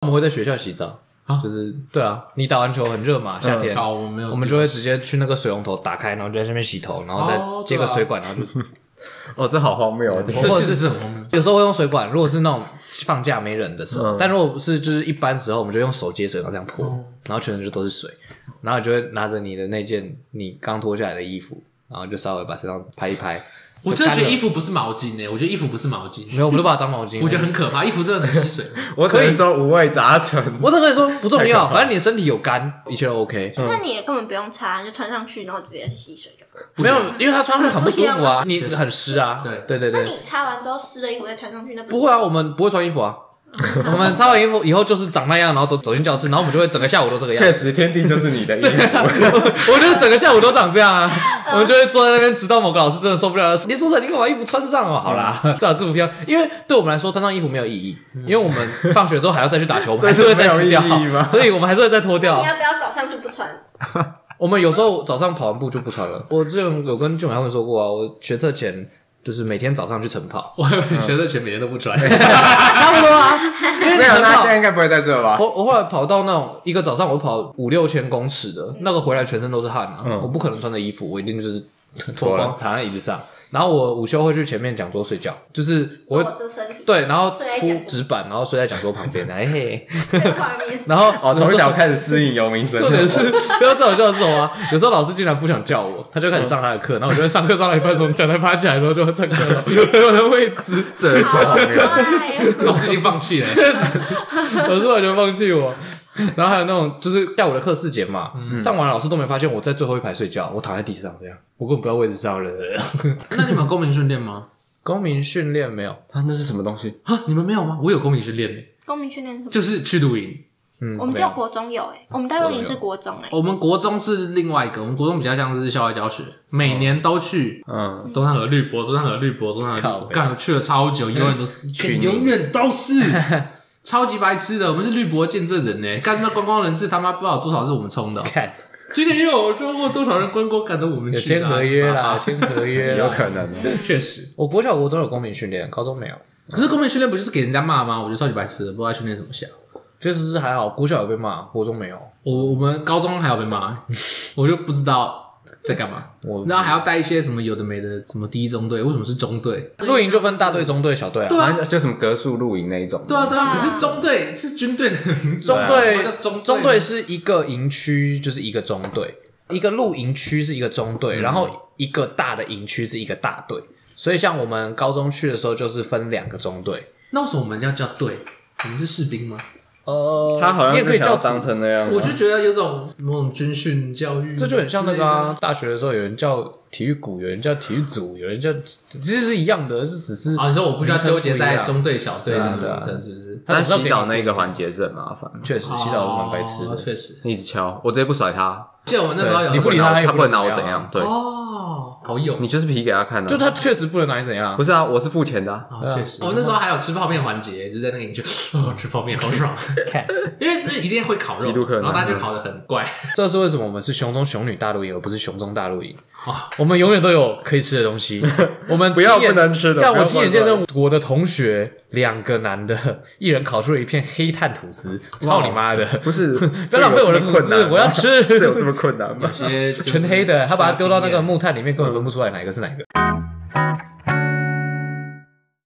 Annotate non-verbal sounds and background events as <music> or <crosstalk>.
们会在学校洗澡，就是对啊，你打完球很热嘛，夏天，哦，我没有，我们就会直接去那个水龙头打开，然后就在上面洗头，然后哦再接个对啊水管，然后就哦，这好荒谬哦！这这或者是是是很荒谬。 <laughs> 有时候会用水管，如果是那种放假没人的时候，嗯但如果是就是一般时候，我们就用手接水，然后这样泼，哦然后全身就都是水，然后你就会拿着你的那件你刚脱下来的衣服，然后就稍微把身上拍一拍。我真的觉得衣服服不是毛巾诶、我觉得衣服不是毛巾，没有，我们都把它当毛巾。我觉得很可怕，衣服真的很吸水。 <laughs> 我只能说五味杂陈。我只跟你说不重太可要，怕反正你的身体有干，一切都 OK。嗯那你也根本不用擦，你就穿上去，然后直接吸水就可以。没有，因为它穿上去很不舒服啊，你对很湿啊。对，对对那对，你擦完之后湿的衣服再穿上去，那不会啊，我们不会穿衣服 <laughs> 啊。我们擦完衣服以后就是长那样，然后走走进教室，然后我们就会整个下午都这个样。 <laughs> 确实，天地就是 <laughs> 你的衣啊服。我就是整个下午都长这样 <laughs> 啊，我们就会坐在那边，直到某个老师真的受不了了，林书成，你给我把衣服穿上哦，好啦，嗯至少制服飘，因为对我们来说穿上衣服没有意义，因为我们放学之后还要再去打 <laughs> 球，我们还是会再湿掉这是没有意义 <laughs> 吗，所以我们还是会再脱掉 <laughs> 你。要不要早上就不穿？我们有时候早上跑完步就不穿了，我之前有跟俊伟他们说过啊，我学测前就是每天早上去晨跑我学生全每天都不 <laughs> 穿，差不多啊，因为没你有，晨那现跑在。应该不会在这了吧？ <laughs> 我我后来跑到那种一个早上，我跑五六千公尺的那个回来，全身都是汗啊！我不可能穿着衣服，我一定就是脱脱光了躺在椅子上。然后我午休会去前面讲桌睡觉，就是我我会这身体对，然后哦睡在铺讲桌纸板，然后睡在讲桌旁边，哎嘿，，这个画面 <laughs> 然后哦，有时候从小开始适应游民生重点活。是，不要最好笑是什么啊？有时候老师竟然不想叫我，他就开始上他的课，然后我就会上课上到一半从讲台爬起来，然后就要上课 <laughs> 了，我的位置。这好 <laughs> 可 <laughs> 爱哦。老师已经放弃了、老师完全放弃我。 <laughs> 然后还有那种就是下午的课四节嘛，上完老师都没发现我在最后一排睡觉，我躺在地上这样，我根本不知道位置上了。那你们有公民训练吗？ <laughs> 公民训练没有，他那是什么东西？啊，你们没有吗？我有公民训练的，公民训练是什么？就是去露营。我们叫国中有哎，我们大陆营是国中哎，我们国中是另外一个，我们国中比较像是校外教学，每年都去嗯，东山河绿博、中山河绿博、中山河靠绿博，北干去了超久，永 <laughs> 远都是去你永远都是超级白痴的。我们是绿博见证人呢，干那观光人次他妈不知道有多少是我们冲的哦。看今天又有超过多少人观光赶着我们有去签啊合约啦，啊签合 <laughs> 约啦有可能哦。确实。我国小国中有公民训练，高中没有，可是公民训练不就是给人家骂吗？我觉得超级白痴的，不知道在训练什么下。确实是还好，国小有被骂，国中没有。我我们高中还有被骂， <laughs> 我就不知道在干嘛。我然后还要带一些什么有的没的，什么第一中队，为什么是中队？露营就分大队、中队、小队啊。反正就什么格数露营那一种。对啊对啊，可是中队是军队的名字中啊，什么叫队中中队队是一个营区，就是一个中队，一个露营区是一个中嗯队，然后一个大的营区是一个大队。所以像我们高中去的时候，就是分两个中队。那为什么我们要叫队？我们是士兵吗？呃，他好像你也可以就想叫要组当，成那样啊。我就觉得有种某种军训教育，这就很像那个啊。大学的时候，有人叫体育股，有人叫体育组，有人叫，其实是一样的，就只是啊。你说我不需要纠结在中队、小队对的啊对啊名称，是不是？但他只要给洗你澡那个环节是很麻烦，确实洗澡蛮白痴哦的。确实。一直敲，我直接不甩他。记得我那时候有你不理他他也他不不会能拿我怎怎样样。对，哦，好有你就是皮给他看的。就他确实不能拿你怎样不，是啊，我是付钱的啊。哦，确实，我那时候还有吃泡面环节，就在那个营区，哦，吃泡面好 <laughs> 爽，看因为那一定会烤极度肉，可能然后大嗯家就烤的很怪，这是为什么我们是熊中熊女大露营，而不是熊中大露营。我们永远都有可以吃的东 <laughs> 西。我们啊不要亲眼不能吃的但不要我亲眼不能见吃的证我的同学两个男的，一人烤出了一片黑炭吐司，操你妈的！不 <laughs> 是，不要浪费我的吐困司，难，我要这吃。有这么困难吗？ <laughs> 有些就是全黑的，他把它丢到那经个验木炭里面，根本分不出来哪一个是哪一个。